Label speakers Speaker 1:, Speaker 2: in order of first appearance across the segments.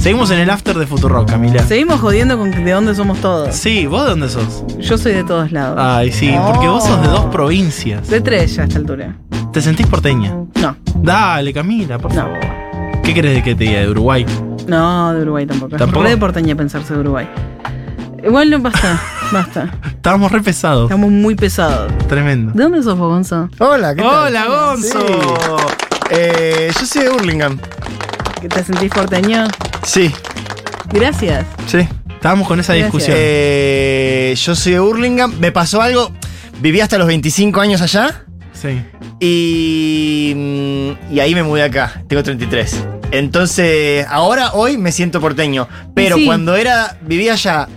Speaker 1: Seguimos en el after de Futurock, Camila.
Speaker 2: Seguimos jodiendo con de dónde somos todos.
Speaker 1: Sí, ¿vos de dónde sos?
Speaker 2: Yo soy de todos lados.
Speaker 3: Ah.
Speaker 1: Ay, sí, porque vos sos de dos provincias.
Speaker 2: De tres ya a esta altura.
Speaker 1: ¿Te sentís porteña?
Speaker 2: No,
Speaker 1: Dale, Camila, por
Speaker 2: No.
Speaker 1: favor. ¿Qué querés de que te diga de Uruguay?
Speaker 2: no, de Uruguay tampoco.
Speaker 1: ¿Tampoco?
Speaker 2: Es re de porteña pensarse de Uruguay. Igual no basta, basta.
Speaker 1: Estábamos re pesados.
Speaker 2: Estamos muy pesados.
Speaker 1: Tremendo.
Speaker 2: ¿De dónde sos vos, Gonzo?
Speaker 3: Hola, ¿qué tal?
Speaker 1: Hola, Gonzo.
Speaker 3: Eh, yo soy de Burlingame.
Speaker 2: ¿Que ¿Te sentís porteño?
Speaker 3: Sí,
Speaker 2: Gracias.
Speaker 3: sí.
Speaker 1: Estábamos con esa
Speaker 2: Gracias.
Speaker 1: discusión.
Speaker 3: Eh, yo soy de Burlingame. Me pasó algo. Viví hasta los 25 años allá
Speaker 1: sí.
Speaker 3: y. mm, Y ahí me mudé acá. Tengo 33. Entonces, ahora, hoy me siento porteño. Pero
Speaker 2: Sí.
Speaker 3: cuando era. Vivía allá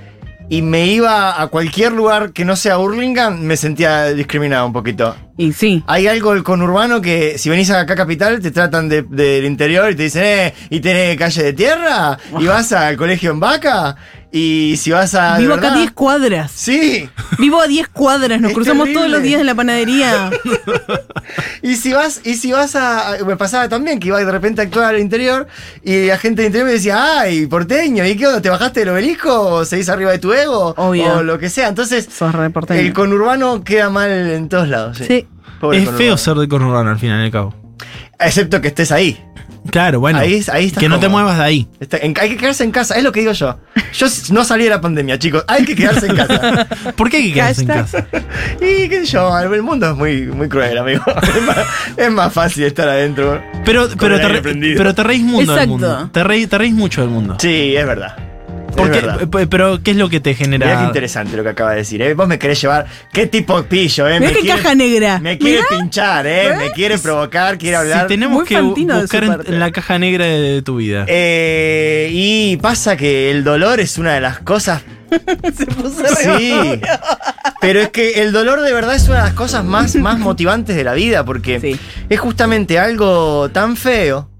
Speaker 3: y me iba a cualquier lugar que no sea Burlingame, me sentía discriminado un poquito.
Speaker 2: Y sí.
Speaker 3: Hay algo del conurbano que si venís acá a Capital te tratan de- del interior y te dicen, eh, y tenés calle de tierra, y vas al colegio en vaca, y si vas a... Ah, de
Speaker 2: Vivo acá
Speaker 3: verdad-
Speaker 2: a 10 cuadras.
Speaker 3: Sí,
Speaker 2: Vivo a 10 cuadras. Nos
Speaker 3: Es
Speaker 2: cruzamos todos
Speaker 3: terrible.
Speaker 2: los días en la panadería.
Speaker 3: y si vas, y si vas a... a- Me pasaba también que iba de repente a actuar al interior y la gente del interior me decía, ay, porteño, ¿y qué onda? ¿Te bajaste del obelisco o seguís arriba de tu ego?
Speaker 2: Obvio.
Speaker 3: O lo que sea. Entonces,
Speaker 2: sos re porteño.
Speaker 3: el conurbano queda mal en todos lados. sí.
Speaker 2: Sí.
Speaker 3: Pobre
Speaker 1: es
Speaker 3: conurbano.
Speaker 1: feo ser de conurbano al final y al cabo.
Speaker 3: Excepto que estés ahí.
Speaker 1: Claro, bueno.
Speaker 3: Ahí- ahí estás
Speaker 1: que no te
Speaker 3: cómodo.
Speaker 1: muevas de ahí.
Speaker 3: Está- en- hay que quedarse en casa, es lo que digo yo. Yo s- no salí de la pandemia, chicos. Hay que quedarse en casa.
Speaker 1: ¿Por qué hay que quedarse en
Speaker 2: Hashtag.
Speaker 1: casa?
Speaker 3: Y qué sé yo, el mundo es muy, muy cruel, amigo. Es más, es más fácil estar adentro.
Speaker 1: Pero, pero,
Speaker 3: el
Speaker 1: te,
Speaker 3: aire
Speaker 1: re-
Speaker 3: prendido.
Speaker 1: pero te reís mundo del
Speaker 2: Exacto.
Speaker 1: mundo. Te, reí- te reís mucho del mundo.
Speaker 3: Sí, es verdad. Es
Speaker 1: ¿Por qué?
Speaker 3: verdad.
Speaker 2: Eh,
Speaker 1: P- Pero, ¿qué es lo que te
Speaker 3: Mirá qué
Speaker 1: genera?
Speaker 3: interesante lo que acaba de decir, ¿eh? Vos me querés llevar. ¿Qué tipo de pillo, eh?
Speaker 2: Mirá
Speaker 3: me
Speaker 2: qué
Speaker 3: quiere-
Speaker 2: caja negra.
Speaker 3: Me quiere
Speaker 2: Mirá.
Speaker 3: pinchar, eh. Me quiere provocar, quiere hablar.
Speaker 1: Si tenemos
Speaker 2: Muy
Speaker 1: que bu-
Speaker 2: fantino de su
Speaker 1: buscar en,
Speaker 2: parte.
Speaker 1: en la caja negra de, de tu vida.
Speaker 3: Eh, y pasa que el dolor es una de las cosas
Speaker 2: Se puso
Speaker 3: Sí. Pero es que el dolor de verdad es una de las cosas más, más motivantes de la vida, porque
Speaker 2: Sí.
Speaker 3: es justamente algo tan feo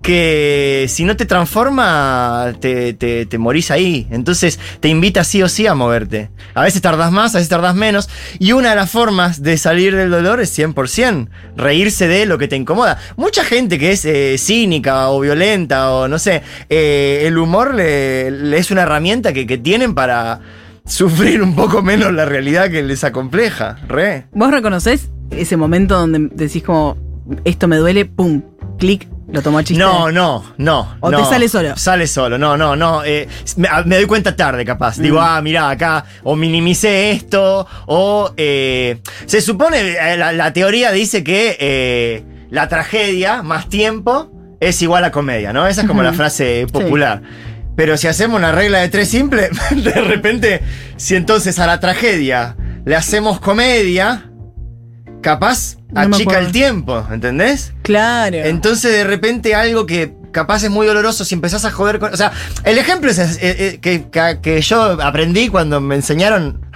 Speaker 3: que si no te transforma, te, te- te morís ahí. Entonces te invita sí o sí a moverte. A veces tardás más, a veces tardás menos. Y una de las formas de salir del dolor es 100%, reírse de lo que te incomoda. Mucha gente que es eh, cínica o violenta o no sé, eh, el humor le, le es una herramienta que, que tienen para sufrir un poco menos la realidad que les acompleja. Re.
Speaker 2: ¿Vos reconocés ese momento donde decís como, esto me duele, pum, clic, lo tomo a chiste?
Speaker 3: No, no, no.
Speaker 2: ¿O
Speaker 3: no.
Speaker 2: te sale solo?
Speaker 3: Sale solo, no, no, no. eh, me, a- me doy cuenta tarde, capaz. Digo,
Speaker 2: Mm.
Speaker 3: ah, mirá, acá, o minimicé esto, o. eh, se supone, eh, la, la teoría dice que eh, la tragedia más tiempo es igual a comedia, ¿no? Esa es como la frase popular. Pero si hacemos una regla de tres simple, de repente, si entonces a la tragedia le hacemos comedia, capaz
Speaker 2: No me
Speaker 3: achica
Speaker 2: acuerdo.
Speaker 3: el tiempo, ¿entendés?
Speaker 2: Claro.
Speaker 3: Entonces, de repente, algo que capaz es muy doloroso, si empezás a joder con. O sea, el ejemplo es, es- es- que, que- que yo aprendí cuando me enseñaron.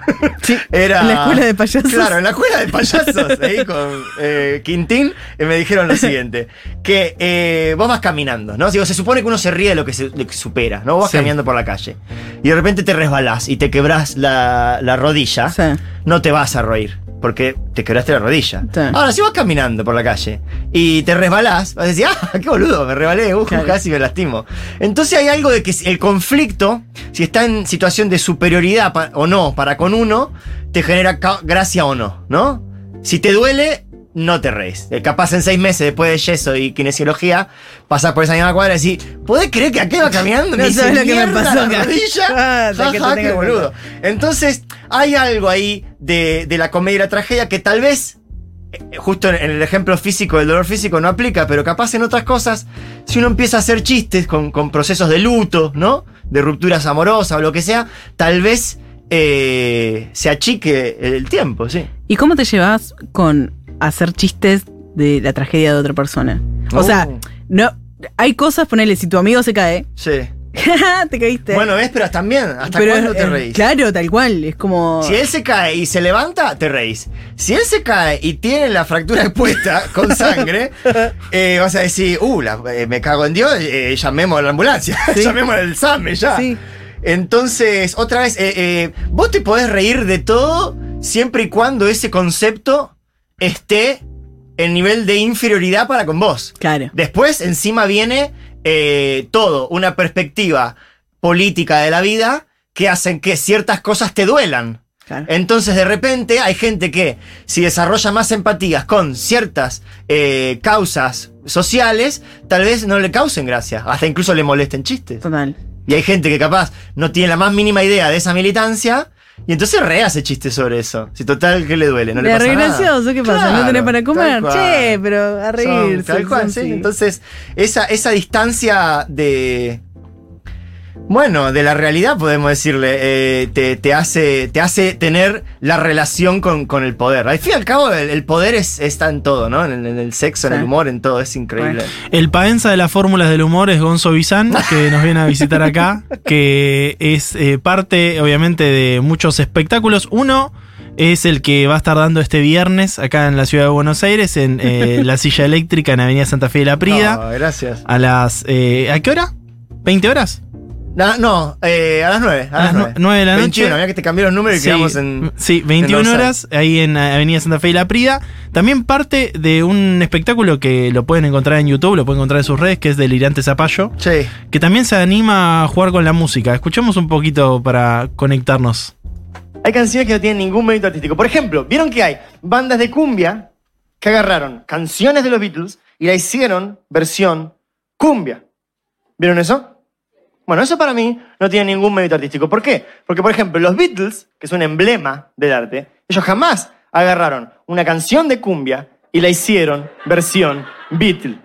Speaker 3: Era.
Speaker 2: en la escuela de payasos.
Speaker 3: Claro, en la escuela de payasos, ahí con eh, Quintín, eh, me dijeron lo siguiente: que eh, vos vas caminando, ¿no? Digo, se supone que uno se ríe de lo que, se, lo que supera, ¿no? Vos vas
Speaker 1: Sí.
Speaker 3: caminando por la calle y de repente te resbalás y te quebrás la, la rodilla
Speaker 2: Sí.
Speaker 3: no te vas a reír. Porque te quebraste la rodilla.
Speaker 2: Sí.
Speaker 3: Ahora, si vas caminando por la calle y te resbalás, vas a decir, ah, qué boludo, me rebalé, uh,
Speaker 2: Claro.
Speaker 3: casi me lastimo. Entonces hay algo de que el conflicto, si está en situación de superioridad pa- o no para con uno, te genera ca- gracia o no, ¿no? Si te duele, no te reís. Eh, Capaz en seis meses después de yeso y kinesiología, pasás por esa misma cuadra y decís, ¿podés creer que aquel va caminando?
Speaker 2: No
Speaker 3: hice
Speaker 2: sabes lo que me
Speaker 3: mierda
Speaker 2: pasó
Speaker 3: la
Speaker 2: acá".
Speaker 3: rodilla?
Speaker 2: Ah, hasta
Speaker 3: Ja,
Speaker 2: que te
Speaker 3: ja,
Speaker 2: tenga
Speaker 3: qué
Speaker 2: que
Speaker 3: boludo. Entonces, hay algo ahí de, de la comedia y la tragedia que tal vez, eh, justo en en el ejemplo físico del dolor físico, no aplica, pero capaz en otras cosas, si uno empieza a hacer chistes con, con procesos de luto, ¿no? De rupturas amorosas o lo que sea, tal vez eh, se achique el tiempo, sí.
Speaker 2: ¿Y cómo te llevas con hacer chistes de la tragedia de otra persona? O
Speaker 3: Uh,
Speaker 2: sea, no, hay cosas, ponele, si tu amigo se cae,
Speaker 3: sí.
Speaker 2: te caíste.
Speaker 3: Bueno, ves, pero también, ¿hasta
Speaker 2: Pero
Speaker 3: cuándo
Speaker 2: es-
Speaker 3: te
Speaker 2: es-
Speaker 3: reís?
Speaker 2: Claro, tal cual, es como...
Speaker 3: Si él se cae y se levanta, te reís. Si él se cae y tiene la fractura expuesta con sangre, eh, vas a decir, uh, la- eh, me cago en Dios, eh, llamemos a la ambulancia,
Speaker 2: Sí.
Speaker 3: llamemos al SAME ya.
Speaker 2: Sí.
Speaker 3: Entonces, otra vez, eh, eh, vos te podés reír de todo siempre y cuando ese concepto esté en nivel de inferioridad para con vos.
Speaker 2: Claro.
Speaker 3: Después, encima viene eh, todo, una perspectiva política de la vida que hacen que ciertas cosas te duelan.
Speaker 2: Claro.
Speaker 3: Entonces, de repente, hay gente que, si desarrolla más empatías con ciertas eh, causas sociales, tal vez no le causen gracia, hasta incluso le molesten chistes.
Speaker 2: Total.
Speaker 3: Y hay gente que capaz no tiene la más mínima idea de esa militancia, y entonces re hace chistes sobre eso. Si total, que le duele? No le
Speaker 2: de
Speaker 3: pasa
Speaker 2: re
Speaker 3: nada.
Speaker 2: gracioso, ¿qué pasa?
Speaker 3: Claro,
Speaker 2: no tenés para
Speaker 3: tal
Speaker 2: comer.
Speaker 3: cual.
Speaker 2: Che, pero a
Speaker 3: Son,
Speaker 2: reírse.
Speaker 3: tal cual,
Speaker 2: son
Speaker 3: sí.
Speaker 2: así.
Speaker 3: Entonces, esa, esa distancia de. Bueno, de la realidad podemos decirle, eh, te, te hace, te hace tener la relación con, con el poder. Al fin y al cabo, el, el poder es, está en todo, ¿no? En, el- en el sexo, en
Speaker 2: Sí.
Speaker 3: el humor, en todo, es increíble.
Speaker 1: El paenza de las fórmulas del humor es Gonzo Bizán, que nos viene a visitar acá, que es eh, parte, obviamente, de muchos espectáculos. Uno es el que va a estar dando este viernes acá en la ciudad de Buenos Aires, en eh, la silla eléctrica en Avenida Santa Fe de la Prida,
Speaker 3: No, gracias.
Speaker 1: a las... eh, ¿A qué hora? ¿20 horas?
Speaker 3: No, no, eh, a las nueve. A, las nueve.
Speaker 1: 9 de la noche.
Speaker 3: 21, mira que te cambiaron el número y
Speaker 1: Sí,
Speaker 3: quedamos en.
Speaker 1: sí, 21
Speaker 3: en
Speaker 1: horas ahí en Avenida Santa Fe y La Prida. También parte de un espectáculo que lo pueden encontrar en YouTube, lo pueden encontrar en sus redes, que es Delirante Zapallo,
Speaker 3: Sí.
Speaker 1: que también se anima a jugar con la música. Escuchemos un poquito para conectarnos.
Speaker 3: Hay canciones que no tienen ningún mérito artístico. Por ejemplo, vieron que hay bandas de cumbia que agarraron canciones de los Beatles y la hicieron versión cumbia. ¿Vieron eso? Bueno, eso para mí no tiene ningún mérito artístico. ¿Por qué? Porque, por ejemplo, los Beatles, que es un emblema del arte, ellos jamás agarraron una canción de cumbia y la hicieron versión Beatle.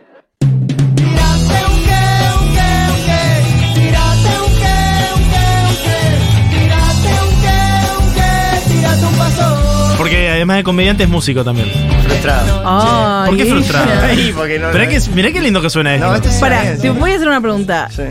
Speaker 1: Porque además de comediante es músico también.
Speaker 3: Frustrado.
Speaker 2: Ay,
Speaker 1: ¿Por qué
Speaker 2: ella.
Speaker 1: frustrada?
Speaker 3: Ay, porque no-
Speaker 1: Mirá, que, mirá qué lindo que suena esto.
Speaker 3: No, esto es-
Speaker 2: Pará, te voy a hacer una pregunta.
Speaker 3: Sí.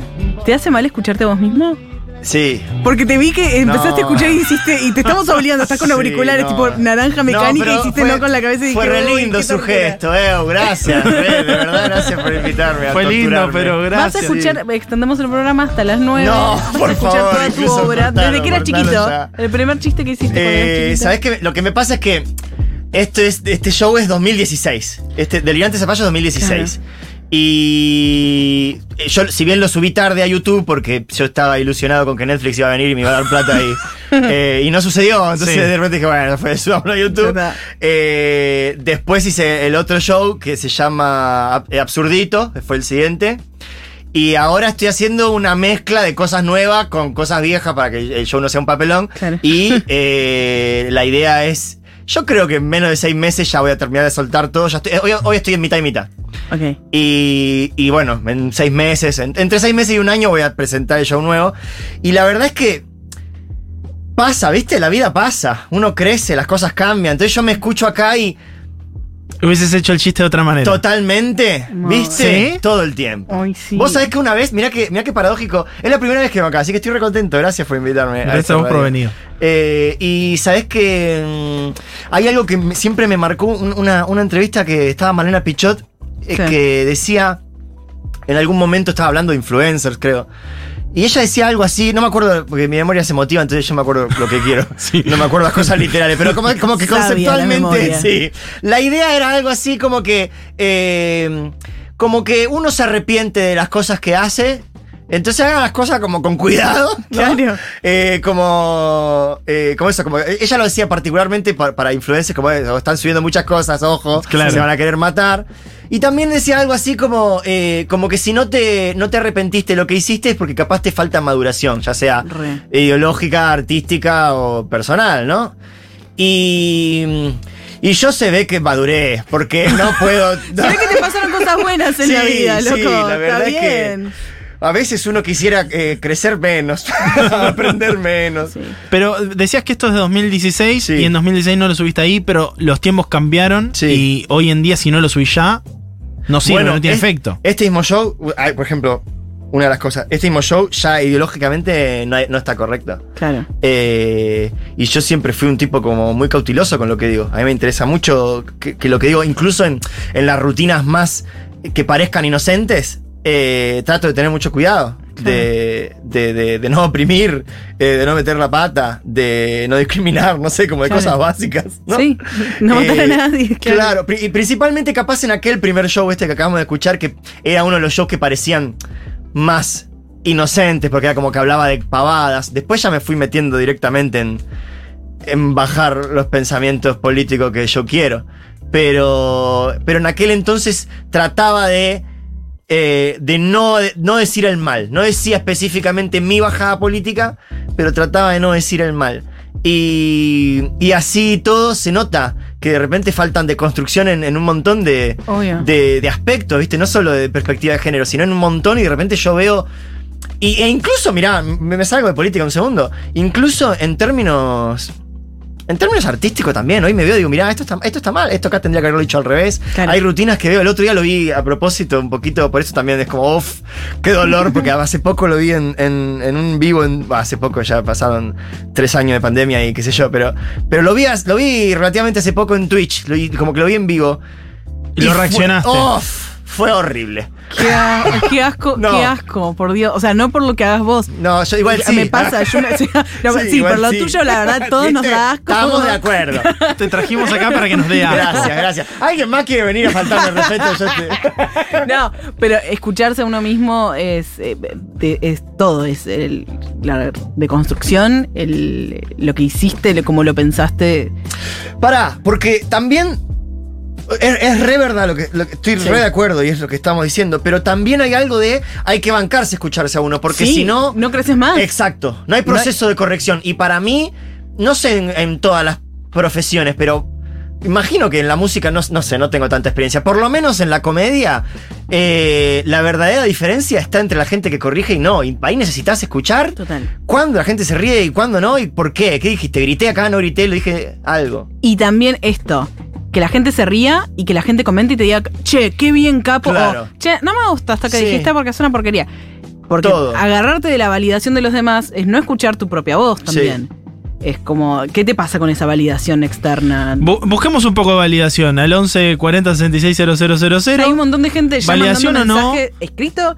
Speaker 2: ¿Te hace mal escucharte a vos mismo?
Speaker 3: Sí.
Speaker 2: Porque te vi que empezaste
Speaker 3: No.
Speaker 2: a escuchar y hiciste, y te estamos obligando, estás con
Speaker 3: Sí,
Speaker 2: auriculares,
Speaker 3: no.
Speaker 2: tipo naranja mecánica,
Speaker 3: No,
Speaker 2: y
Speaker 3: pero
Speaker 2: hiciste
Speaker 3: fue-
Speaker 2: no con la cabeza y
Speaker 3: Fue
Speaker 2: dije,
Speaker 3: re
Speaker 2: "Uy,
Speaker 3: lindo
Speaker 2: qué
Speaker 3: su
Speaker 2: tortura".
Speaker 3: gesto, Ew, gracias, re, de verdad, gracias por invitarme a
Speaker 1: Fue lindo,
Speaker 3: torturarme.
Speaker 1: pero
Speaker 2: Vas
Speaker 1: gracias.
Speaker 2: a escuchar, extendemos el programa hasta las 9.
Speaker 3: No,
Speaker 2: vas
Speaker 3: por
Speaker 2: a escuchar
Speaker 3: favor,
Speaker 2: toda tu
Speaker 3: incluso
Speaker 2: obra.
Speaker 3: cortalo,
Speaker 2: Desde que eras
Speaker 3: cortalo
Speaker 2: chiquito,
Speaker 3: ya.
Speaker 2: el primer chiste que hiciste cuando eras
Speaker 3: Eh,
Speaker 2: chiquito.
Speaker 3: ¿Sabes qué? Lo que me pasa es que esto es, este show es 2016. Este Delirante Zapallo es 2016. Y eh, yo, si bien lo subí tarde a YouTube, porque yo estaba ilusionado con que Netflix iba a venir y me iba a dar plata ahí. eh, y no sucedió. Entonces
Speaker 1: Sí.
Speaker 3: de repente dije, bueno, fue subámoslo a YouTube.
Speaker 2: Total.
Speaker 3: Eh, después hice el otro show que se llama Ab- Absurdito, fue el siguiente. Y ahora estoy haciendo una mezcla de cosas nuevas con cosas viejas para que el show no sea un papelón.
Speaker 2: Claro.
Speaker 3: Y eh, la idea es. Yo creo que en menos de seis meses ya voy a terminar de soltar todo. Ya estoy- hoy, hoy estoy en mitad y mitad.
Speaker 2: Ok.
Speaker 3: Y, y bueno, en seis meses, en- entre seis meses y un año voy a presentar el show nuevo. Y la verdad es que pasa, ¿viste? La vida pasa. Uno crece, las cosas cambian. Entonces yo me escucho acá y
Speaker 1: Hubieses hecho el chiste de otra manera.
Speaker 3: totalmente,
Speaker 2: No.
Speaker 3: ¿viste?
Speaker 1: ¿Sí?
Speaker 3: Todo el tiempo.
Speaker 2: Ay, sí.
Speaker 3: Vos sabés que una vez, mirá que, mirá que paradójico, es la primera vez que vengo acá, así que estoy recontento, gracias por invitarme. a
Speaker 1: Gracias
Speaker 3: esta
Speaker 1: a vos por
Speaker 3: radio.
Speaker 1: venir.
Speaker 3: Eh, y sabés que mm, hay algo que me- siempre me marcó un- una, una entrevista que estaba Malena Pichot,
Speaker 2: Sí.
Speaker 3: eh, que decía, en algún momento estaba hablando de influencers, creo. Y ella decía algo así, no me acuerdo, porque mi memoria se motiva, entonces yo me acuerdo lo que quiero.
Speaker 1: Sí.
Speaker 3: No me acuerdo las cosas literales, pero como, como que
Speaker 2: Sabia la
Speaker 3: conceptualmente,
Speaker 2: memoria.
Speaker 3: sí. La idea era algo así como que. eh, como que uno se arrepiente de las cosas que hace. Entonces haga las cosas como con cuidado. ¿no?
Speaker 2: Claro.
Speaker 3: Eh, como. eh, como eso, como. Ella lo decía particularmente pa- para, influencers, como eh, están subiendo muchas cosas, ojo.
Speaker 1: Claro.
Speaker 3: Se van a querer matar. Y también decía algo así como. eh, como que si no te, no te arrepentiste de lo que hiciste es porque capaz te falta maduración, ya sea
Speaker 2: Re.
Speaker 3: ideológica, artística o personal, ¿no? Y. Y yo se ve que maduré, porque no puedo.
Speaker 2: Se ve que te pasaron cosas buenas en la
Speaker 3: Sí,
Speaker 2: vida,
Speaker 3: sí,
Speaker 2: loco.
Speaker 3: la verdad
Speaker 2: Está
Speaker 3: que-
Speaker 2: bien.
Speaker 3: A veces uno quisiera eh, crecer menos, aprender menos.
Speaker 2: Sí.
Speaker 1: Pero decías que esto es de 2016
Speaker 3: Sí.
Speaker 1: y en 2016 no lo subiste ahí, pero los tiempos cambiaron
Speaker 3: Sí.
Speaker 1: y hoy en día si no lo subís ya, no sirve,
Speaker 3: Bueno,
Speaker 1: no tiene
Speaker 3: es-
Speaker 1: efecto.
Speaker 3: Este mismo show, u- hay, por ejemplo, una de las cosas, este mismo show ya ideológicamente no, hay- no está correcto.
Speaker 2: Claro.
Speaker 3: Eh, y yo siempre fui un tipo como muy cauteloso con lo que digo. A mí me interesa mucho que, que lo que digo, incluso en, en las rutinas más que parezcan inocentes, eh, trato de tener mucho cuidado. De, de- de- de no oprimir, eh, de no meter la pata, de no discriminar, no sé, como de
Speaker 2: Claro.
Speaker 3: cosas básicas. ¿no?
Speaker 2: Sí. No matar
Speaker 3: Eh,
Speaker 2: a nadie. Claro.
Speaker 3: Claro, pri- y principalmente capaz en aquel primer show este que acabamos de escuchar, que era uno de los shows que parecían más inocentes, porque era como que hablaba de pavadas. Después ya me fui metiendo directamente en, en bajar los pensamientos políticos que yo quiero. Pero, pero en aquel entonces trataba de, eh, de no, no decir el mal. No decía específicamente mi bajada política, pero trataba de no decir el mal. Y, y así todo se nota que de repente faltan de construcción en, en un montón de,
Speaker 2: Obvio.
Speaker 3: de, de aspectos, ¿viste? No solo de perspectiva de género, sino en un montón y de repente yo veo... Y, e incluso, mirá, me, me salgo de política un segundo, incluso en términos... En términos artísticos también, hoy me veo y digo, mirá, esto está, esto está mal, esto acá tendría que haberlo dicho al revés.
Speaker 2: Claro.
Speaker 3: Hay rutinas que veo, el otro día lo vi a propósito un poquito, por eso también es como, uff, qué dolor, porque hace poco lo vi en, en- en un vivo, en- bah, hace poco ya pasaron tres años de pandemia y qué sé yo, pero, pero lo, vi, as- lo vi relativamente hace poco en Twitch, lo vi- como que lo vi en vivo,
Speaker 1: Y lo
Speaker 3: fue-
Speaker 1: reaccionaste.
Speaker 3: ¡Oh! Fue horrible.
Speaker 2: Qué, a- qué asco,
Speaker 3: No.
Speaker 2: qué asco, por Dios. O sea, no por lo que hagas vos.
Speaker 3: No, yo igual sí.
Speaker 2: Me pasa, yo me- o sea, no, sí,
Speaker 3: igual
Speaker 2: por lo
Speaker 3: sí.
Speaker 2: tuyo, la verdad, todos nos
Speaker 3: ¿Viste?
Speaker 2: da asco.
Speaker 3: Estamos de acuerdo.
Speaker 1: Te trajimos acá para que nos dé asco.
Speaker 3: Gracias, gracias. ¿Alguien más quiere venir a faltarme el respeto? Yo te-
Speaker 2: No, pero escucharse a uno mismo es, eh, de- es todo, es el, la deconstrucción, el, lo que hiciste, lo- cómo lo pensaste.
Speaker 3: Pará, porque también es, es re verdad lo que, lo que- estoy
Speaker 2: Sí.
Speaker 3: re de acuerdo y es lo que estamos diciendo, pero también hay algo de hay que bancarse escucharse a uno, porque
Speaker 2: Sí,
Speaker 3: si no
Speaker 2: No creces más.
Speaker 3: Exacto, no hay proceso de corrección. Y para mí, no sé en, en todas las profesiones, pero imagino que en la música, no, no sé, no tengo tanta experiencia. Por lo menos en la comedia, eh, la verdadera diferencia está entre la gente que corrige y no. Y ahí necesitas escuchar
Speaker 2: Total.
Speaker 3: cuándo la gente se ríe y cuándo no y por qué. ¿Qué dijiste? ¿Grité acá? ¿No grité? ¿Lo dije algo?
Speaker 2: Y también esto. Que la gente se ría y que la gente comente y te diga, che, qué bien capo. o,
Speaker 3: Claro.
Speaker 2: che, no me gusta hasta que
Speaker 3: Sí.
Speaker 2: dijiste porque es una porquería. Porque
Speaker 3: Todo.
Speaker 2: agarrarte de la validación de los demás es no escuchar tu propia voz también. Es como, ¿qué te pasa con esa validación externa?
Speaker 1: Bu- busquemos un poco de validación al 11 40 66 000.
Speaker 2: Hay un montón de gente ya
Speaker 1: ¿Validación
Speaker 2: mandando
Speaker 1: o no?
Speaker 2: mensaje escrito.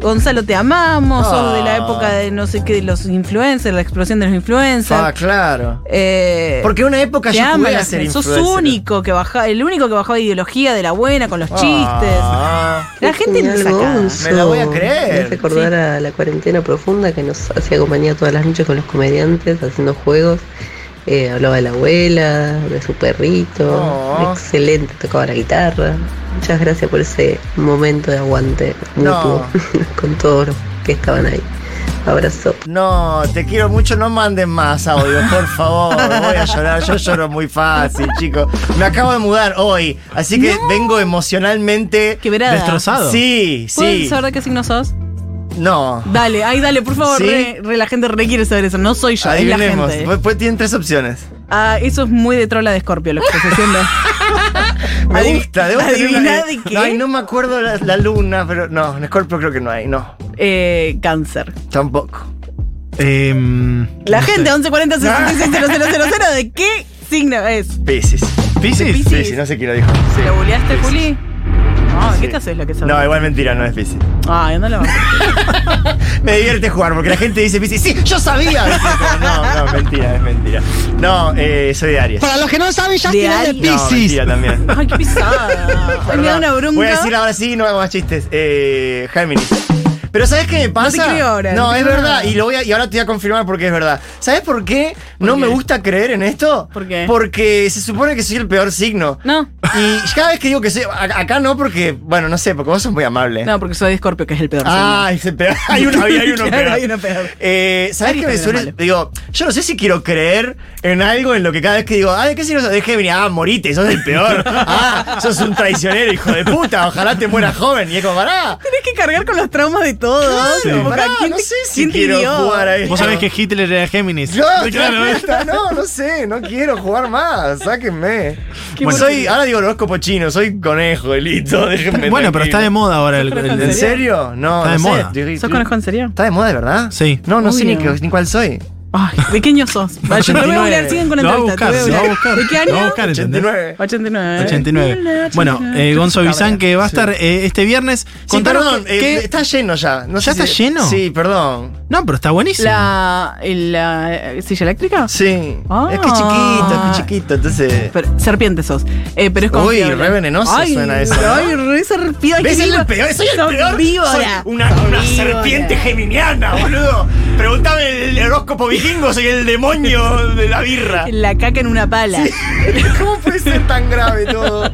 Speaker 2: Gonzalo, te amamos, sos de la
Speaker 3: Ah.
Speaker 2: época de no sé qué, de los influencers, la explosión de los
Speaker 3: Ah,
Speaker 2: influencers.
Speaker 3: claro.
Speaker 2: Eh,
Speaker 3: Porque una época
Speaker 2: te
Speaker 3: yo
Speaker 2: aman
Speaker 3: jugué a
Speaker 2: las-
Speaker 3: ser
Speaker 2: sos
Speaker 3: influencer.
Speaker 2: único que bajaba, el único que bajaba ideología de la buena con los chistes.
Speaker 3: Ah.
Speaker 2: La gente no
Speaker 4: Genial,
Speaker 2: saca.
Speaker 4: Gonzo.
Speaker 3: Me la voy a creer.
Speaker 4: Me hace recordar a la cuarentena profunda que nos hacía compañía todas las noches con los comediantes haciendo juegos. Eh, hablaba de la abuela, de su perrito.
Speaker 3: Oh.
Speaker 4: Excelente, tocaba la guitarra. Muchas gracias por ese momento de aguante mutuo con todos los que estaban ahí. Abrazo.
Speaker 3: No, te quiero mucho, no manden más audio, por favor. Voy a llorar, yo lloro muy fácil, chicos. Me acabo de mudar hoy, así que vengo emocionalmente.
Speaker 2: Quebrada.
Speaker 1: Destrozado.
Speaker 3: Sí, sí.
Speaker 2: ¿Puedes saber de qué signo sos?
Speaker 3: No.
Speaker 2: Dale, ay, dale, por favor.
Speaker 3: ¿Sí?
Speaker 2: re- re, la gente re quiere saber eso. No soy yo, es la
Speaker 3: Adivinemos.
Speaker 2: gente.
Speaker 3: Pues- pues tienen tres opciones.
Speaker 2: Ah, eso es muy de trola de Scorpio lo que estás haciendo.
Speaker 3: Me
Speaker 2: Adi-
Speaker 3: gusta, debo tener una-
Speaker 2: ¿Adiviná de qué?
Speaker 3: Ay, no me acuerdo la, la luna, pero no, en Scorpio creo que no hay, no,
Speaker 2: Eh, cáncer.
Speaker 3: tampoco.
Speaker 1: Em,
Speaker 2: La
Speaker 1: no sé.
Speaker 2: gente,
Speaker 3: Ah.
Speaker 2: 1140 66 ¿de qué signo es?
Speaker 3: Piscis.
Speaker 1: ¿Piscis?
Speaker 2: Piscis.
Speaker 3: Piscis, no sé quién lo dijo. Sí.
Speaker 2: ¿Lo buleaste, Juli? No, ¿qué
Speaker 3: Sí.
Speaker 2: te haces lo que sabes?
Speaker 3: No, eh. igual mentira, no es Piscis.
Speaker 2: Ay, no lo
Speaker 3: Me divierte jugar porque la gente dice, Piscis, sí, yo sabía. Dice, pero No, no, mentira, es mentira. No, eh, soy de Aries.
Speaker 5: Para los que no saben, ya
Speaker 2: De
Speaker 5: tiene de
Speaker 2: Aries.
Speaker 5: piso.
Speaker 3: No, mentira también.
Speaker 2: Ay, qué pesada. Ay, me da
Speaker 3: Perdón.
Speaker 2: una bronca.
Speaker 3: Voy a decir ahora sí, no hago más chistes. Eh, Géminis. Pero ¿sabes qué me pasa?
Speaker 2: creo ahora,
Speaker 3: No,
Speaker 2: no te
Speaker 3: es
Speaker 2: creo
Speaker 3: verdad.
Speaker 2: nada.
Speaker 3: Y, lo voy a, y ahora te voy a confirmar porque es verdad. ¿Sabes por qué no
Speaker 2: qué?
Speaker 3: me gusta creer en esto?
Speaker 2: ¿Por qué?
Speaker 3: Porque se supone que soy el peor signo.
Speaker 2: No,
Speaker 3: Y cada vez que digo que soy. a- Acá no, porque. Bueno, no sé, porque vos sos muy amable.
Speaker 2: no, porque soy de Scorpio, que es el peor.
Speaker 3: Eh. Ah, ese peor. Hay uno, había- hay uno
Speaker 2: Claro,
Speaker 3: peor.
Speaker 2: hay uno peor.
Speaker 3: Eh, ¿Sabes
Speaker 2: Aries
Speaker 3: qué
Speaker 2: también
Speaker 3: me
Speaker 2: es
Speaker 3: suele?
Speaker 2: malo.
Speaker 3: Digo, yo no sé si quiero creer en algo en lo que cada vez que digo, ah, ¿de qué signo sos? De Géminis. Ah, morite, sos el peor. Ah, sos un traicionero, hijo de puta. Ojalá te mueras joven. Y es como, pará.
Speaker 2: Tenés que cargar con los traumas de todos.
Speaker 3: claro,
Speaker 2: Como,
Speaker 3: pará,
Speaker 2: ¿a quién
Speaker 3: no
Speaker 2: te-
Speaker 3: sé si
Speaker 2: quién te
Speaker 3: quiero
Speaker 2: hirió?
Speaker 3: jugar a esto.
Speaker 1: Vos sabés que Hitler era Géminis.
Speaker 3: Yo,
Speaker 1: Sí, claro, ¿eh?
Speaker 3: no, no sé, no quiero jugar más, sáquenme.
Speaker 2: Qué
Speaker 3: Bueno, soy,
Speaker 2: porquería.
Speaker 3: ahora digo el horóscopo chino, soy conejo, elito, déjenme.
Speaker 1: Bueno, pero está de
Speaker 3: tranquilo.
Speaker 1: moda ahora el. el-
Speaker 3: ¿En
Speaker 1: el-
Speaker 3: serio? No,
Speaker 1: Está de
Speaker 3: no sé.
Speaker 1: moda.
Speaker 3: Estoy-
Speaker 2: ¿Sos conejo en serio?
Speaker 3: ¿Está de moda, de verdad?
Speaker 1: Sí.
Speaker 3: No, no sé ni,
Speaker 2: Obvio.
Speaker 3: qué- ni cuál soy.
Speaker 2: Ay, pequeño sos. Va, yo te lo voy a
Speaker 3: 89.
Speaker 2: googlear, siguen con
Speaker 1: Lo
Speaker 2: la
Speaker 1: va a
Speaker 2: entrevista,
Speaker 1: buscar,
Speaker 2: te
Speaker 1: lo
Speaker 2: voy
Speaker 1: va a
Speaker 2: googlear.
Speaker 1: buscar.
Speaker 2: ¿De qué
Speaker 1: Lo va a
Speaker 2: año?
Speaker 1: buscar, ¿entendés?
Speaker 3: 89.
Speaker 2: 89.
Speaker 1: 89. Bueno, eh, Gonzo Bizán que va a estar eh, este viernes.
Speaker 3: Sí,
Speaker 1: Contanos
Speaker 3: perdón,
Speaker 1: que-
Speaker 3: eh,
Speaker 1: que-
Speaker 3: está lleno ya. No
Speaker 1: ¿Ya
Speaker 3: sé
Speaker 1: está
Speaker 3: si-
Speaker 1: lleno?
Speaker 3: Sí, perdón.
Speaker 1: No, pero está buenísimo.
Speaker 2: La, la eh, silla eléctrica.
Speaker 3: Sí.
Speaker 2: Ah.
Speaker 3: Es que es chiquito, es que es chiquito, entonces.
Speaker 2: Pero, serpiente sos. Eh, pero es
Speaker 3: Uy,
Speaker 2: confiable.
Speaker 3: re venenoso
Speaker 2: ay,
Speaker 3: suena eso, ¿no?
Speaker 2: Ay, re serpiente. Ay,
Speaker 3: ¿Ves? Es
Speaker 2: qué
Speaker 3: el
Speaker 2: vivo-
Speaker 3: peor, soy el
Speaker 2: sos
Speaker 3: peor.
Speaker 2: víbora.
Speaker 3: Soy una, una
Speaker 2: Víbora.
Speaker 3: serpiente geminiana, boludo. Preguntame el horóscopo vikingo, soy el demonio de la birra.
Speaker 2: La caca en una pala.
Speaker 3: ¿Cómo puede ser tan grave todo?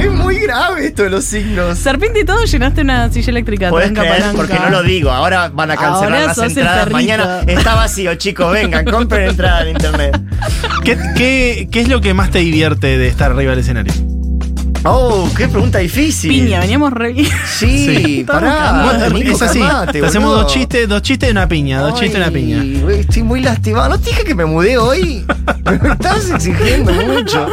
Speaker 3: Es muy grave esto de los signos.
Speaker 2: Serpiente y todo, llenaste una silla eléctrica.
Speaker 3: Podés
Speaker 2: tranca,
Speaker 3: creer
Speaker 2: palanca.
Speaker 3: porque no lo digo. Ahora van a cancelar
Speaker 2: Ahora
Speaker 3: las
Speaker 2: sos el
Speaker 3: entradas.
Speaker 2: perrito.
Speaker 3: Mañana está vacío, chicos. Vengan, compren entrada en internet.
Speaker 1: ¿Qué, qué, qué es lo que más te divierte de estar arriba del escenario?
Speaker 3: Oh, qué pregunta difícil.
Speaker 2: Piña, veníamos re bien.
Speaker 3: Sí,
Speaker 1: Sí.
Speaker 3: pará.
Speaker 1: Bueno,
Speaker 3: Nico,
Speaker 1: es así.
Speaker 3: calmate,
Speaker 1: te hacemos
Speaker 3: boludo.
Speaker 1: dos chistes, dos chistes y una piña, dos chistes y una
Speaker 3: Ay,
Speaker 1: piña.
Speaker 3: güey, Estoy muy lastimado. ¿No te dije que me mudé hoy? Me estás exigiendo mucho.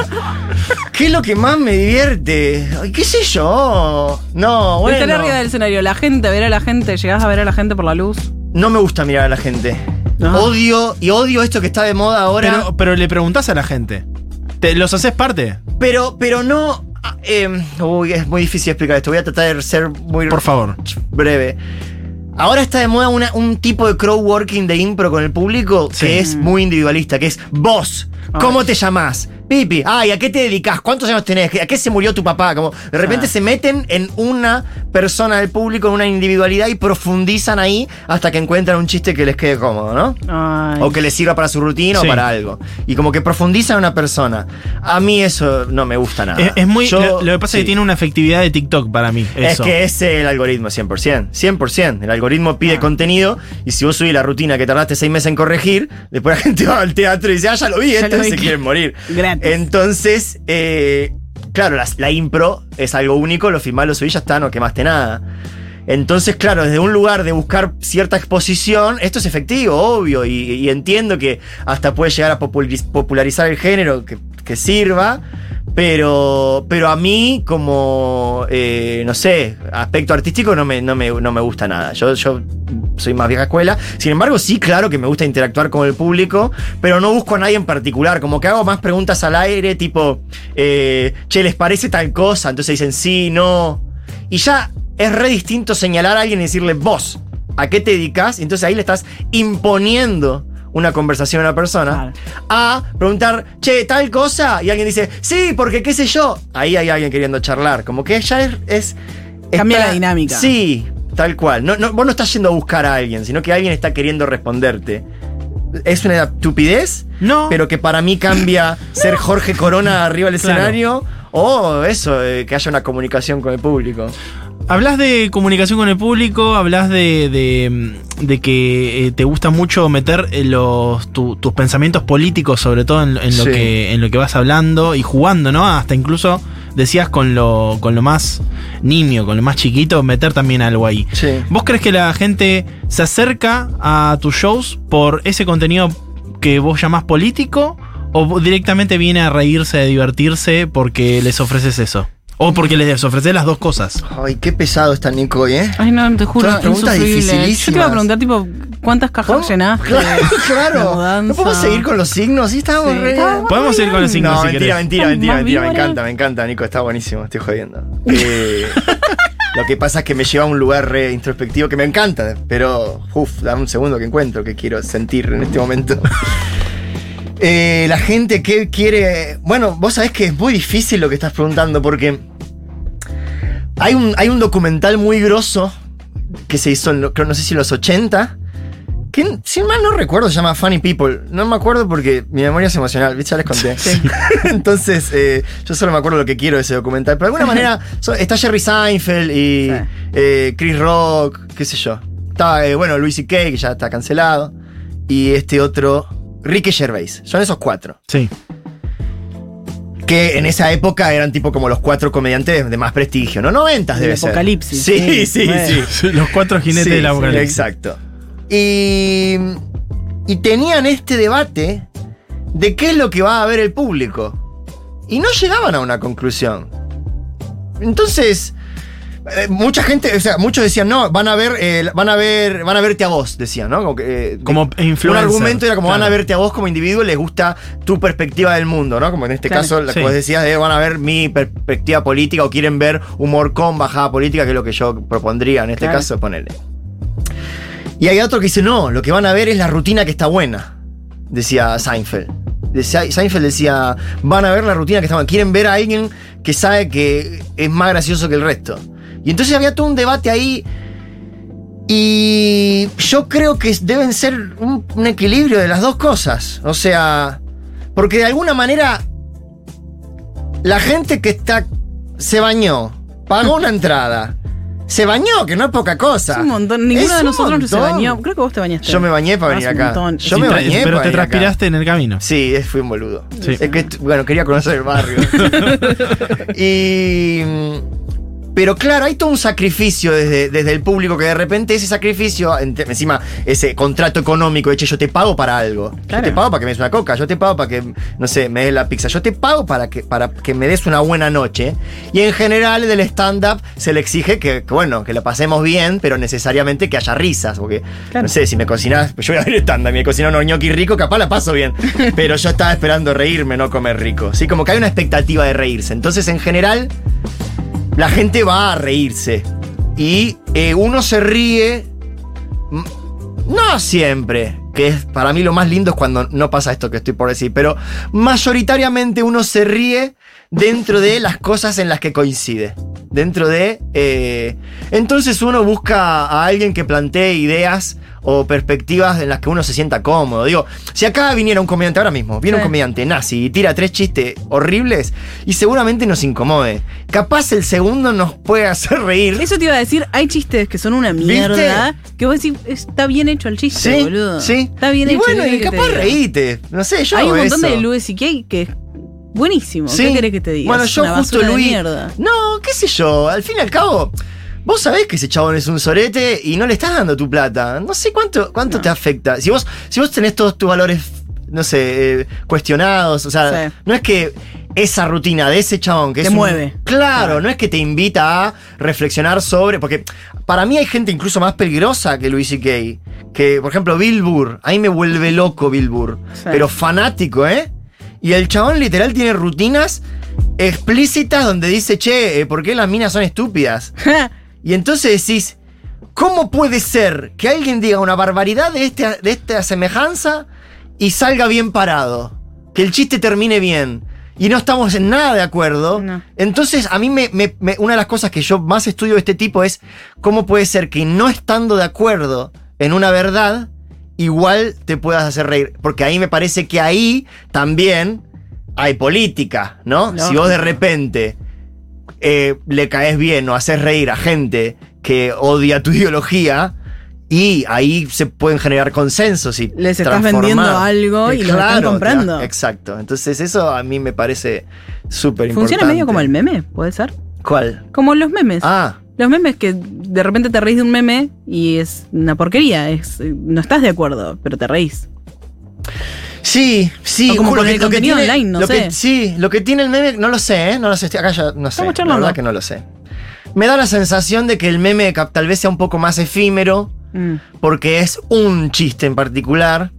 Speaker 3: ¿Qué es lo que más me divierte? Ay, ¿Qué sé yo? No, bueno.
Speaker 2: Estar arriba del escenario, la gente, ver a la gente, llegás a ver a la gente por la luz.
Speaker 3: No me gusta mirar a la gente.
Speaker 2: Ah.
Speaker 3: Odio y odio esto que está de moda ahora.
Speaker 1: Pero, pero le preguntás a la gente. Te- ¿Los haces parte?
Speaker 3: Pero, pero no. ah, em, uy, es muy difícil explicar esto. Voy a tratar de ser muy
Speaker 1: Por favor.
Speaker 3: breve. Ahora está de moda una- un tipo de crowd working de impro con el público
Speaker 1: Sí.
Speaker 3: que es muy individualista, que es vos. ¿Cómo te llamás? Pipi, ay, ¿a qué te dedicas? ¿Cuántos años tenés? ¿A qué se murió tu papá? Como de repente
Speaker 2: Ah.
Speaker 3: se meten en una persona del público, en una individualidad y profundizan ahí hasta que encuentran un chiste que les quede cómodo, ¿no?
Speaker 2: Ay.
Speaker 3: O que les sirva para su rutina
Speaker 1: Sí.
Speaker 3: o para algo. Y como que profundiza en una persona. A mí eso no me gusta nada.
Speaker 1: Es, es muy.
Speaker 3: Yo-
Speaker 1: lo, lo que pasa es
Speaker 3: sí.
Speaker 1: que tiene una efectividad de TikTok para mí. Eso.
Speaker 3: Es que es el algoritmo 100%. 100%. El algoritmo pide contenido y si vos subís la rutina que tardaste seis meses en corregir, después la gente va al teatro y dice, ah, ya lo vi,
Speaker 2: Ya lo
Speaker 3: entonces
Speaker 2: vi.
Speaker 3: se quieren morir.
Speaker 2: Gratis.
Speaker 3: Entonces, eh, claro, las- la, impro es algo único, lo filmás, lo subís, ya está, no quemaste nada. Entonces, claro, desde un lugar de buscar cierta exposición, esto es efectivo, obvio, y, y entiendo que hasta puede llegar a populariz- popularizar el género que, que sirva, pero, pero a mí como, eh, no sé, aspecto artístico no me, no me, no me gusta nada. Yo, yo soy más vieja escuela, sin embargo sí, claro que me gusta interactuar con el público, pero no busco a nadie en particular, como que hago más preguntas al aire, tipo, eh, che, ¿les parece tal cosa? Entonces dicen sí, no. Y ya es re distinto señalar a alguien y decirle vos, ¿a qué te dedicas? Entonces ahí le estás imponiendo una conversación a una persona. A preguntar, che, tal cosa. Y alguien dice, sí, porque qué sé yo. Ahí hay alguien queriendo charlar. Como que ya es. es-
Speaker 2: Cambia la dinámica.
Speaker 3: Sí, tal cual. No, no, vos no estás yendo a buscar a alguien, sino que alguien está queriendo responderte. Es una estupidez,
Speaker 1: no.
Speaker 3: pero que para mí cambia ser Jorge Corona arriba del
Speaker 1: Claro.
Speaker 3: escenario o eso, eh, que haya una comunicación con el público.
Speaker 1: Hablas de comunicación con el público, hablas de, de- de que eh, te gusta mucho meter eh, los, tu- tus pensamientos políticos, sobre todo en, en lo
Speaker 3: Sí.
Speaker 1: que, en lo que vas hablando y jugando, ¿no? Hasta incluso decías con lo, con lo más niño, con lo más chiquito, meter también algo ahí.
Speaker 3: Sí.
Speaker 1: ¿Vos crees que la gente se acerca a tus shows por ese contenido que vos llamás político? ¿O vo- directamente viene a reírse, a divertirse porque les ofreces eso? ¿O porque les ofreces las dos cosas?
Speaker 3: Ay, qué pesado está Nico hoy, ¿eh?
Speaker 2: Ay, no, te juro,
Speaker 3: Todas preguntas
Speaker 2: insufrible. Yo te iba
Speaker 3: dificilísimas.
Speaker 2: a preguntar, tipo, ¿cuántas cajas
Speaker 3: ¿Podemos-
Speaker 2: llenaste?
Speaker 3: Claro, claro.
Speaker 2: La mudanza.
Speaker 3: ¿No podemos seguir con los signos? Sí, estábamos
Speaker 2: Sí,
Speaker 3: re-
Speaker 2: estábamos
Speaker 1: Podemos ir con los signos
Speaker 3: No,
Speaker 1: si
Speaker 3: mentira,
Speaker 1: querés.
Speaker 3: mentira,
Speaker 2: Ay,
Speaker 3: mentira,
Speaker 2: más
Speaker 3: mentira. Me
Speaker 2: víbora.
Speaker 3: encanta, me encanta, Nico. Está buenísimo, estoy jodiendo. Eh, lo que pasa es que me lleva a un lugar re introspectivo que me encanta, pero, uff, dame un segundo que encuentro que quiero sentir en este momento. Eh, la gente que quiere. Bueno, vos sabés que es muy difícil lo que estás preguntando porque hay un, hay un documental muy grosso que se hizo, en lo- creo, no sé si en los 80, que si mal no recuerdo se llama Funny People. No me acuerdo porque mi memoria es emocional, ¿viste? ya les conté. Entonces, eh, yo solo me acuerdo lo que quiero de ese documental. Pero de alguna manera so- está Jerry Seinfeld y
Speaker 2: Sí.
Speaker 3: eh, Chris Rock, qué sé yo. Está, eh, bueno, Louis C.K., que ya está cancelado. Y este otro, Ricky Gervais. Son esos cuatro.
Speaker 1: Sí.
Speaker 3: Que en esa época eran tipo como los cuatro comediantes de más prestigio, ¿no? Noventas
Speaker 2: Del
Speaker 3: debe ser.
Speaker 2: apocalipsis.
Speaker 3: Sí, sí, sí.
Speaker 2: Bueno.
Speaker 1: Los cuatro jinetes
Speaker 3: Sí,
Speaker 1: de la
Speaker 3: sí,
Speaker 1: apocalipsis.
Speaker 3: Exacto. Y, y tenían este debate de qué es lo que va a ver el público. Y no llegaban a una conclusión. Entonces, eh, mucha gente, o sea, muchos decían, no, van a ver, eh, van a ver, van a verte a vos, decían, ¿no? Como, que, eh,
Speaker 1: Como influencer.
Speaker 3: Un argumento era como
Speaker 1: Claro.
Speaker 3: van a verte a vos como individuo, les gusta tu perspectiva del mundo, ¿no? Como en este
Speaker 2: Claro.
Speaker 3: caso, la
Speaker 1: Sí.
Speaker 3: que vos decías, de, van a ver mi perspectiva política o quieren ver humor con bajada política, que es lo que yo propondría en este
Speaker 2: Claro.
Speaker 3: caso, ponerle. Y hay otro que dice, no, lo que van a ver es la rutina que está buena, decía Seinfeld. Decía- Seinfeld decía, van a ver la rutina que está buena, quieren ver a alguien que sabe que es más gracioso que el resto. Y entonces había todo un debate ahí y yo creo que deben ser un, un equilibrio de las dos cosas. O sea, porque de alguna manera la gente que está se bañó, pagó una entrada, se bañó, que no es poca cosa.
Speaker 2: Es un montón. Ninguno
Speaker 3: Es
Speaker 2: de
Speaker 3: un
Speaker 2: nosotros se
Speaker 3: montón.
Speaker 2: bañó. Creo que vos te bañaste.
Speaker 3: Yo me bañé para
Speaker 2: Ah, es
Speaker 3: venir
Speaker 2: un
Speaker 3: acá.
Speaker 2: montón.
Speaker 3: Yo
Speaker 1: Sí,
Speaker 3: me
Speaker 1: tra-
Speaker 3: bañé
Speaker 1: Pero
Speaker 3: para
Speaker 1: te
Speaker 3: venir acá.
Speaker 1: transpiraste en el camino.
Speaker 3: Sí, es- fui un boludo.
Speaker 1: Sí.
Speaker 3: Es que, bueno, quería conocer el barrio. y. mm, Pero claro, hay todo un sacrificio desde, desde el público que de repente ese sacrificio, ente- encima ese contrato económico, de, che, yo te pago para algo.
Speaker 2: Claro.
Speaker 3: Yo te pago para que me des una coca, yo te pago para que, no sé, me des la pizza, yo te pago para que, para que me des una buena noche. Y en general del stand-up se le exige que, que, bueno, que la pasemos bien, pero necesariamente que haya risas, porque
Speaker 2: Claro.
Speaker 3: no sé, si me cocinás, yo voy a ver estándar, me cocinan unos ñoquis ricos, capaz la paso bien. Pero yo estaba esperando reírme, no comer rico. Sí, como que hay una expectativa de reírse. Entonces, en general, la gente va a reírse. Y eh, uno se ríe. mm, No siempre. Que es para mí lo más lindo es cuando no pasa esto que estoy por decir. Pero mayoritariamente uno se ríe dentro de las cosas en las que coincide. Dentro de. eh, entonces uno busca a alguien que plantee ideas o perspectivas en las que uno se sienta cómodo. Digo, si acá viniera un comediante ahora mismo, viene un
Speaker 2: Sí.
Speaker 3: comediante nazi y tira tres chistes horribles y seguramente nos incomode. Capaz el segundo nos puede hacer reír.
Speaker 2: Eso te iba a decir, hay chistes que son una mierda. Que vos decís, está bien hecho el chiste,
Speaker 3: Sí,
Speaker 2: boludo.
Speaker 3: sí.
Speaker 2: Está bien
Speaker 3: y
Speaker 2: hecho.
Speaker 3: bueno,
Speaker 2: ¿qué
Speaker 3: y
Speaker 2: querés que te
Speaker 3: capaz
Speaker 2: diga?
Speaker 3: reíte. No sé, yo
Speaker 2: Hay un
Speaker 3: hago
Speaker 2: montón
Speaker 3: eso.
Speaker 2: de Louis C.K. que es buenísimo.
Speaker 3: Sí.
Speaker 2: ¿Qué querés que te diga?
Speaker 3: Bueno,
Speaker 2: Es
Speaker 3: yo
Speaker 2: una
Speaker 3: justo
Speaker 2: basura de
Speaker 3: Louis.
Speaker 2: mierda.
Speaker 3: No, qué sé yo. Al fin y al cabo, vos sabés que ese chabón es un sorete y no le estás dando tu plata. No sé cuánto, cuánto
Speaker 2: No.
Speaker 3: te afecta. Si vos, si vos tenés todos tus valores, no sé, eh, cuestionados, o sea,
Speaker 2: Sí.
Speaker 3: no es que. Esa rutina de ese chabón que
Speaker 2: Te
Speaker 3: es un-
Speaker 2: mueve.
Speaker 3: claro, no es que te invita a reflexionar sobre. Porque para mí hay gente incluso más peligrosa que Louis C.K. Que, por ejemplo, Bill Burr. A mí me vuelve loco Bill Burr.
Speaker 2: Sí.
Speaker 3: Pero fanático, ¿eh? Y el chabón literal tiene rutinas explícitas donde dice, che, eh, ¿por qué las minas son estúpidas? Y entonces decís, ¿cómo puede ser que alguien diga una barbaridad de, este- de esta semejanza y salga bien parado? Que el chiste termine bien. Y no estamos en nada de acuerdo.
Speaker 2: No.
Speaker 3: Entonces, a mí me- me- me- una de las cosas que yo más estudio de este tipo es cómo puede ser que no estando de acuerdo en una verdad, igual te puedas hacer reír. Porque ahí me parece que ahí también hay política, ¿no? Si vos de
Speaker 2: Lógico.
Speaker 3: repente eh, le caes bien o haces reír a gente que odia tu ideología, y ahí se pueden generar consensos y
Speaker 2: Les estás
Speaker 3: transformar.
Speaker 2: vendiendo algo y lo están
Speaker 3: te-
Speaker 2: comprando.
Speaker 3: exacto. Entonces eso a mí me parece súper importante.
Speaker 2: Funciona medio como el meme, puede ser.
Speaker 3: ¿Cuál?
Speaker 2: Como los memes.
Speaker 3: Ah,
Speaker 2: Los memes que de repente te reís de un meme y es una porquería. Es, no estás de acuerdo, pero te reís.
Speaker 3: sí, sí.
Speaker 2: O como
Speaker 3: juro,
Speaker 2: con el contenido
Speaker 3: tiene-
Speaker 2: online, no
Speaker 3: lo que-
Speaker 2: sé.
Speaker 3: sí, lo que tiene el meme, no lo sé, ¿eh? No lo sé, estoy- acá ya no sé.
Speaker 2: Estamos
Speaker 3: La
Speaker 2: charlando.
Speaker 3: verdad que no lo sé. Me da la sensación de que el meme cap- tal vez sea un poco más efímero,
Speaker 2: Mm.
Speaker 3: porque es un chiste en particular.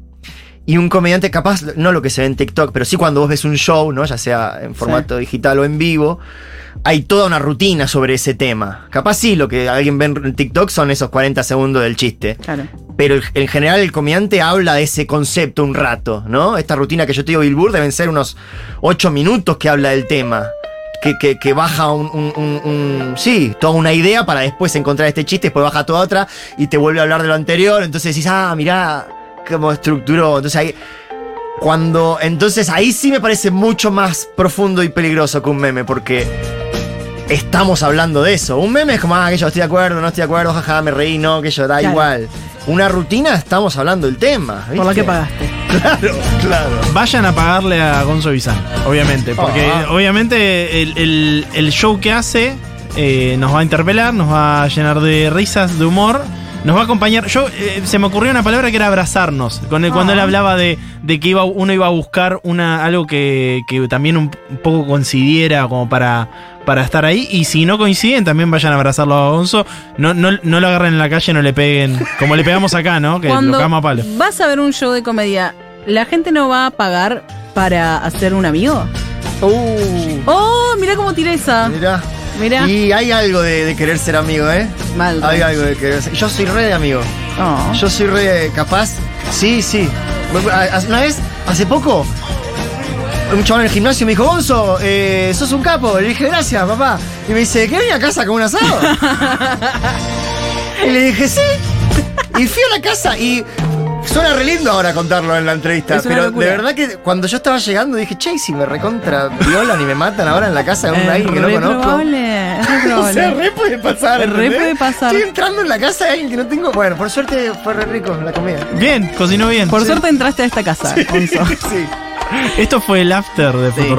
Speaker 3: Y un comediante capaz, no lo que se ve en TikTok, pero sí cuando vos ves un show, ¿no? Ya sea en formato digital o en vivo, hay toda una rutina sobre ese tema. Capaz sí, lo que alguien ve en TikTok son esos 40 segundos del chiste.
Speaker 2: Claro.
Speaker 3: Pero el- en general el comediante habla de ese concepto un rato, ¿no? Esta rutina que yo te digo, Bill Burr, deben ser unos 8 minutos que habla del tema. Que, que- que baja un, un- un- un- Sí, toda una idea para después encontrar este chiste, después baja toda otra y te vuelve a hablar de lo anterior. Entonces decís, ah, mirá cómo estructuró. Entonces ahí. Cuando. Entonces ahí sí me parece mucho más profundo y peligroso que un meme, porque estamos hablando de eso. Un meme es como, ah, que yo estoy de acuerdo, no estoy de acuerdo, jaja, me reí, no, que yo da
Speaker 2: Claro.
Speaker 3: igual. Una rutina, estamos hablando del tema.
Speaker 2: Por la
Speaker 3: ¿viste?
Speaker 2: que pagaste.
Speaker 3: Claro, claro.
Speaker 1: Vayan a pagarle a Gonzo Bizán, obviamente, porque
Speaker 3: Ah.
Speaker 1: obviamente el, el- el show que hace eh, nos va a interpelar, nos va a llenar de risas, de humor, Nos va a acompañar. Yo eh, se me ocurrió una palabra que era abrazarnos. Con el- cuando él hablaba de, de que iba, uno iba a buscar una, algo que, que también un, poco coincidiera como para, para estar ahí. Y si no coinciden, también vayan a abrazarlo a Gonzo. No, no, no lo agarren en la calle, no le peguen. Como le pegamos acá, ¿no? Que lo
Speaker 2: Cuando
Speaker 1: cama a palo.
Speaker 2: vas a ver un show de comedia, ¿la gente no va a pagar para hacer un amigo?
Speaker 3: Uh,
Speaker 2: ¡Oh! Mirá cómo tira esa.
Speaker 3: mirá.
Speaker 2: Mirá.
Speaker 3: Y hay algo de, de querer ser amigo, ¿eh?
Speaker 2: Mal.
Speaker 3: Hay algo de querer ser. Yo soy re de amigo.
Speaker 2: Oh.
Speaker 3: Yo soy re capaz. Sí, sí. Hace- Una vez, hace poco, un chaval en el gimnasio me dijo, Gonzo, eh, sos un capo. Le dije, gracias, papá. Y me dice, ¿querés venir a casa con un asado? y le dije, sí. Y fui a la casa y. Suena re lindo ahora contarlo en la entrevista,
Speaker 2: Es una
Speaker 3: pero
Speaker 2: locura.
Speaker 3: de verdad que cuando yo estaba llegando dije, che, y si me recontra violan y me matan ahora en la casa de un
Speaker 2: Es
Speaker 3: alguien que no
Speaker 2: Eh, re
Speaker 3: conozco.
Speaker 2: probable, es re
Speaker 3: O sea,
Speaker 2: probable.
Speaker 3: re puede pasar.
Speaker 2: Re
Speaker 3: ¿entendés?
Speaker 2: puede pasar.
Speaker 3: Estoy entrando en la casa de alguien que no tengo. Bueno, por suerte fue re rico la comida.
Speaker 1: Bien, cocinó bien.
Speaker 2: Por suerte entraste a esta casa, Gonzo.
Speaker 3: Sí.
Speaker 1: Esto fue el after de
Speaker 2: Sí.
Speaker 1: Futuro.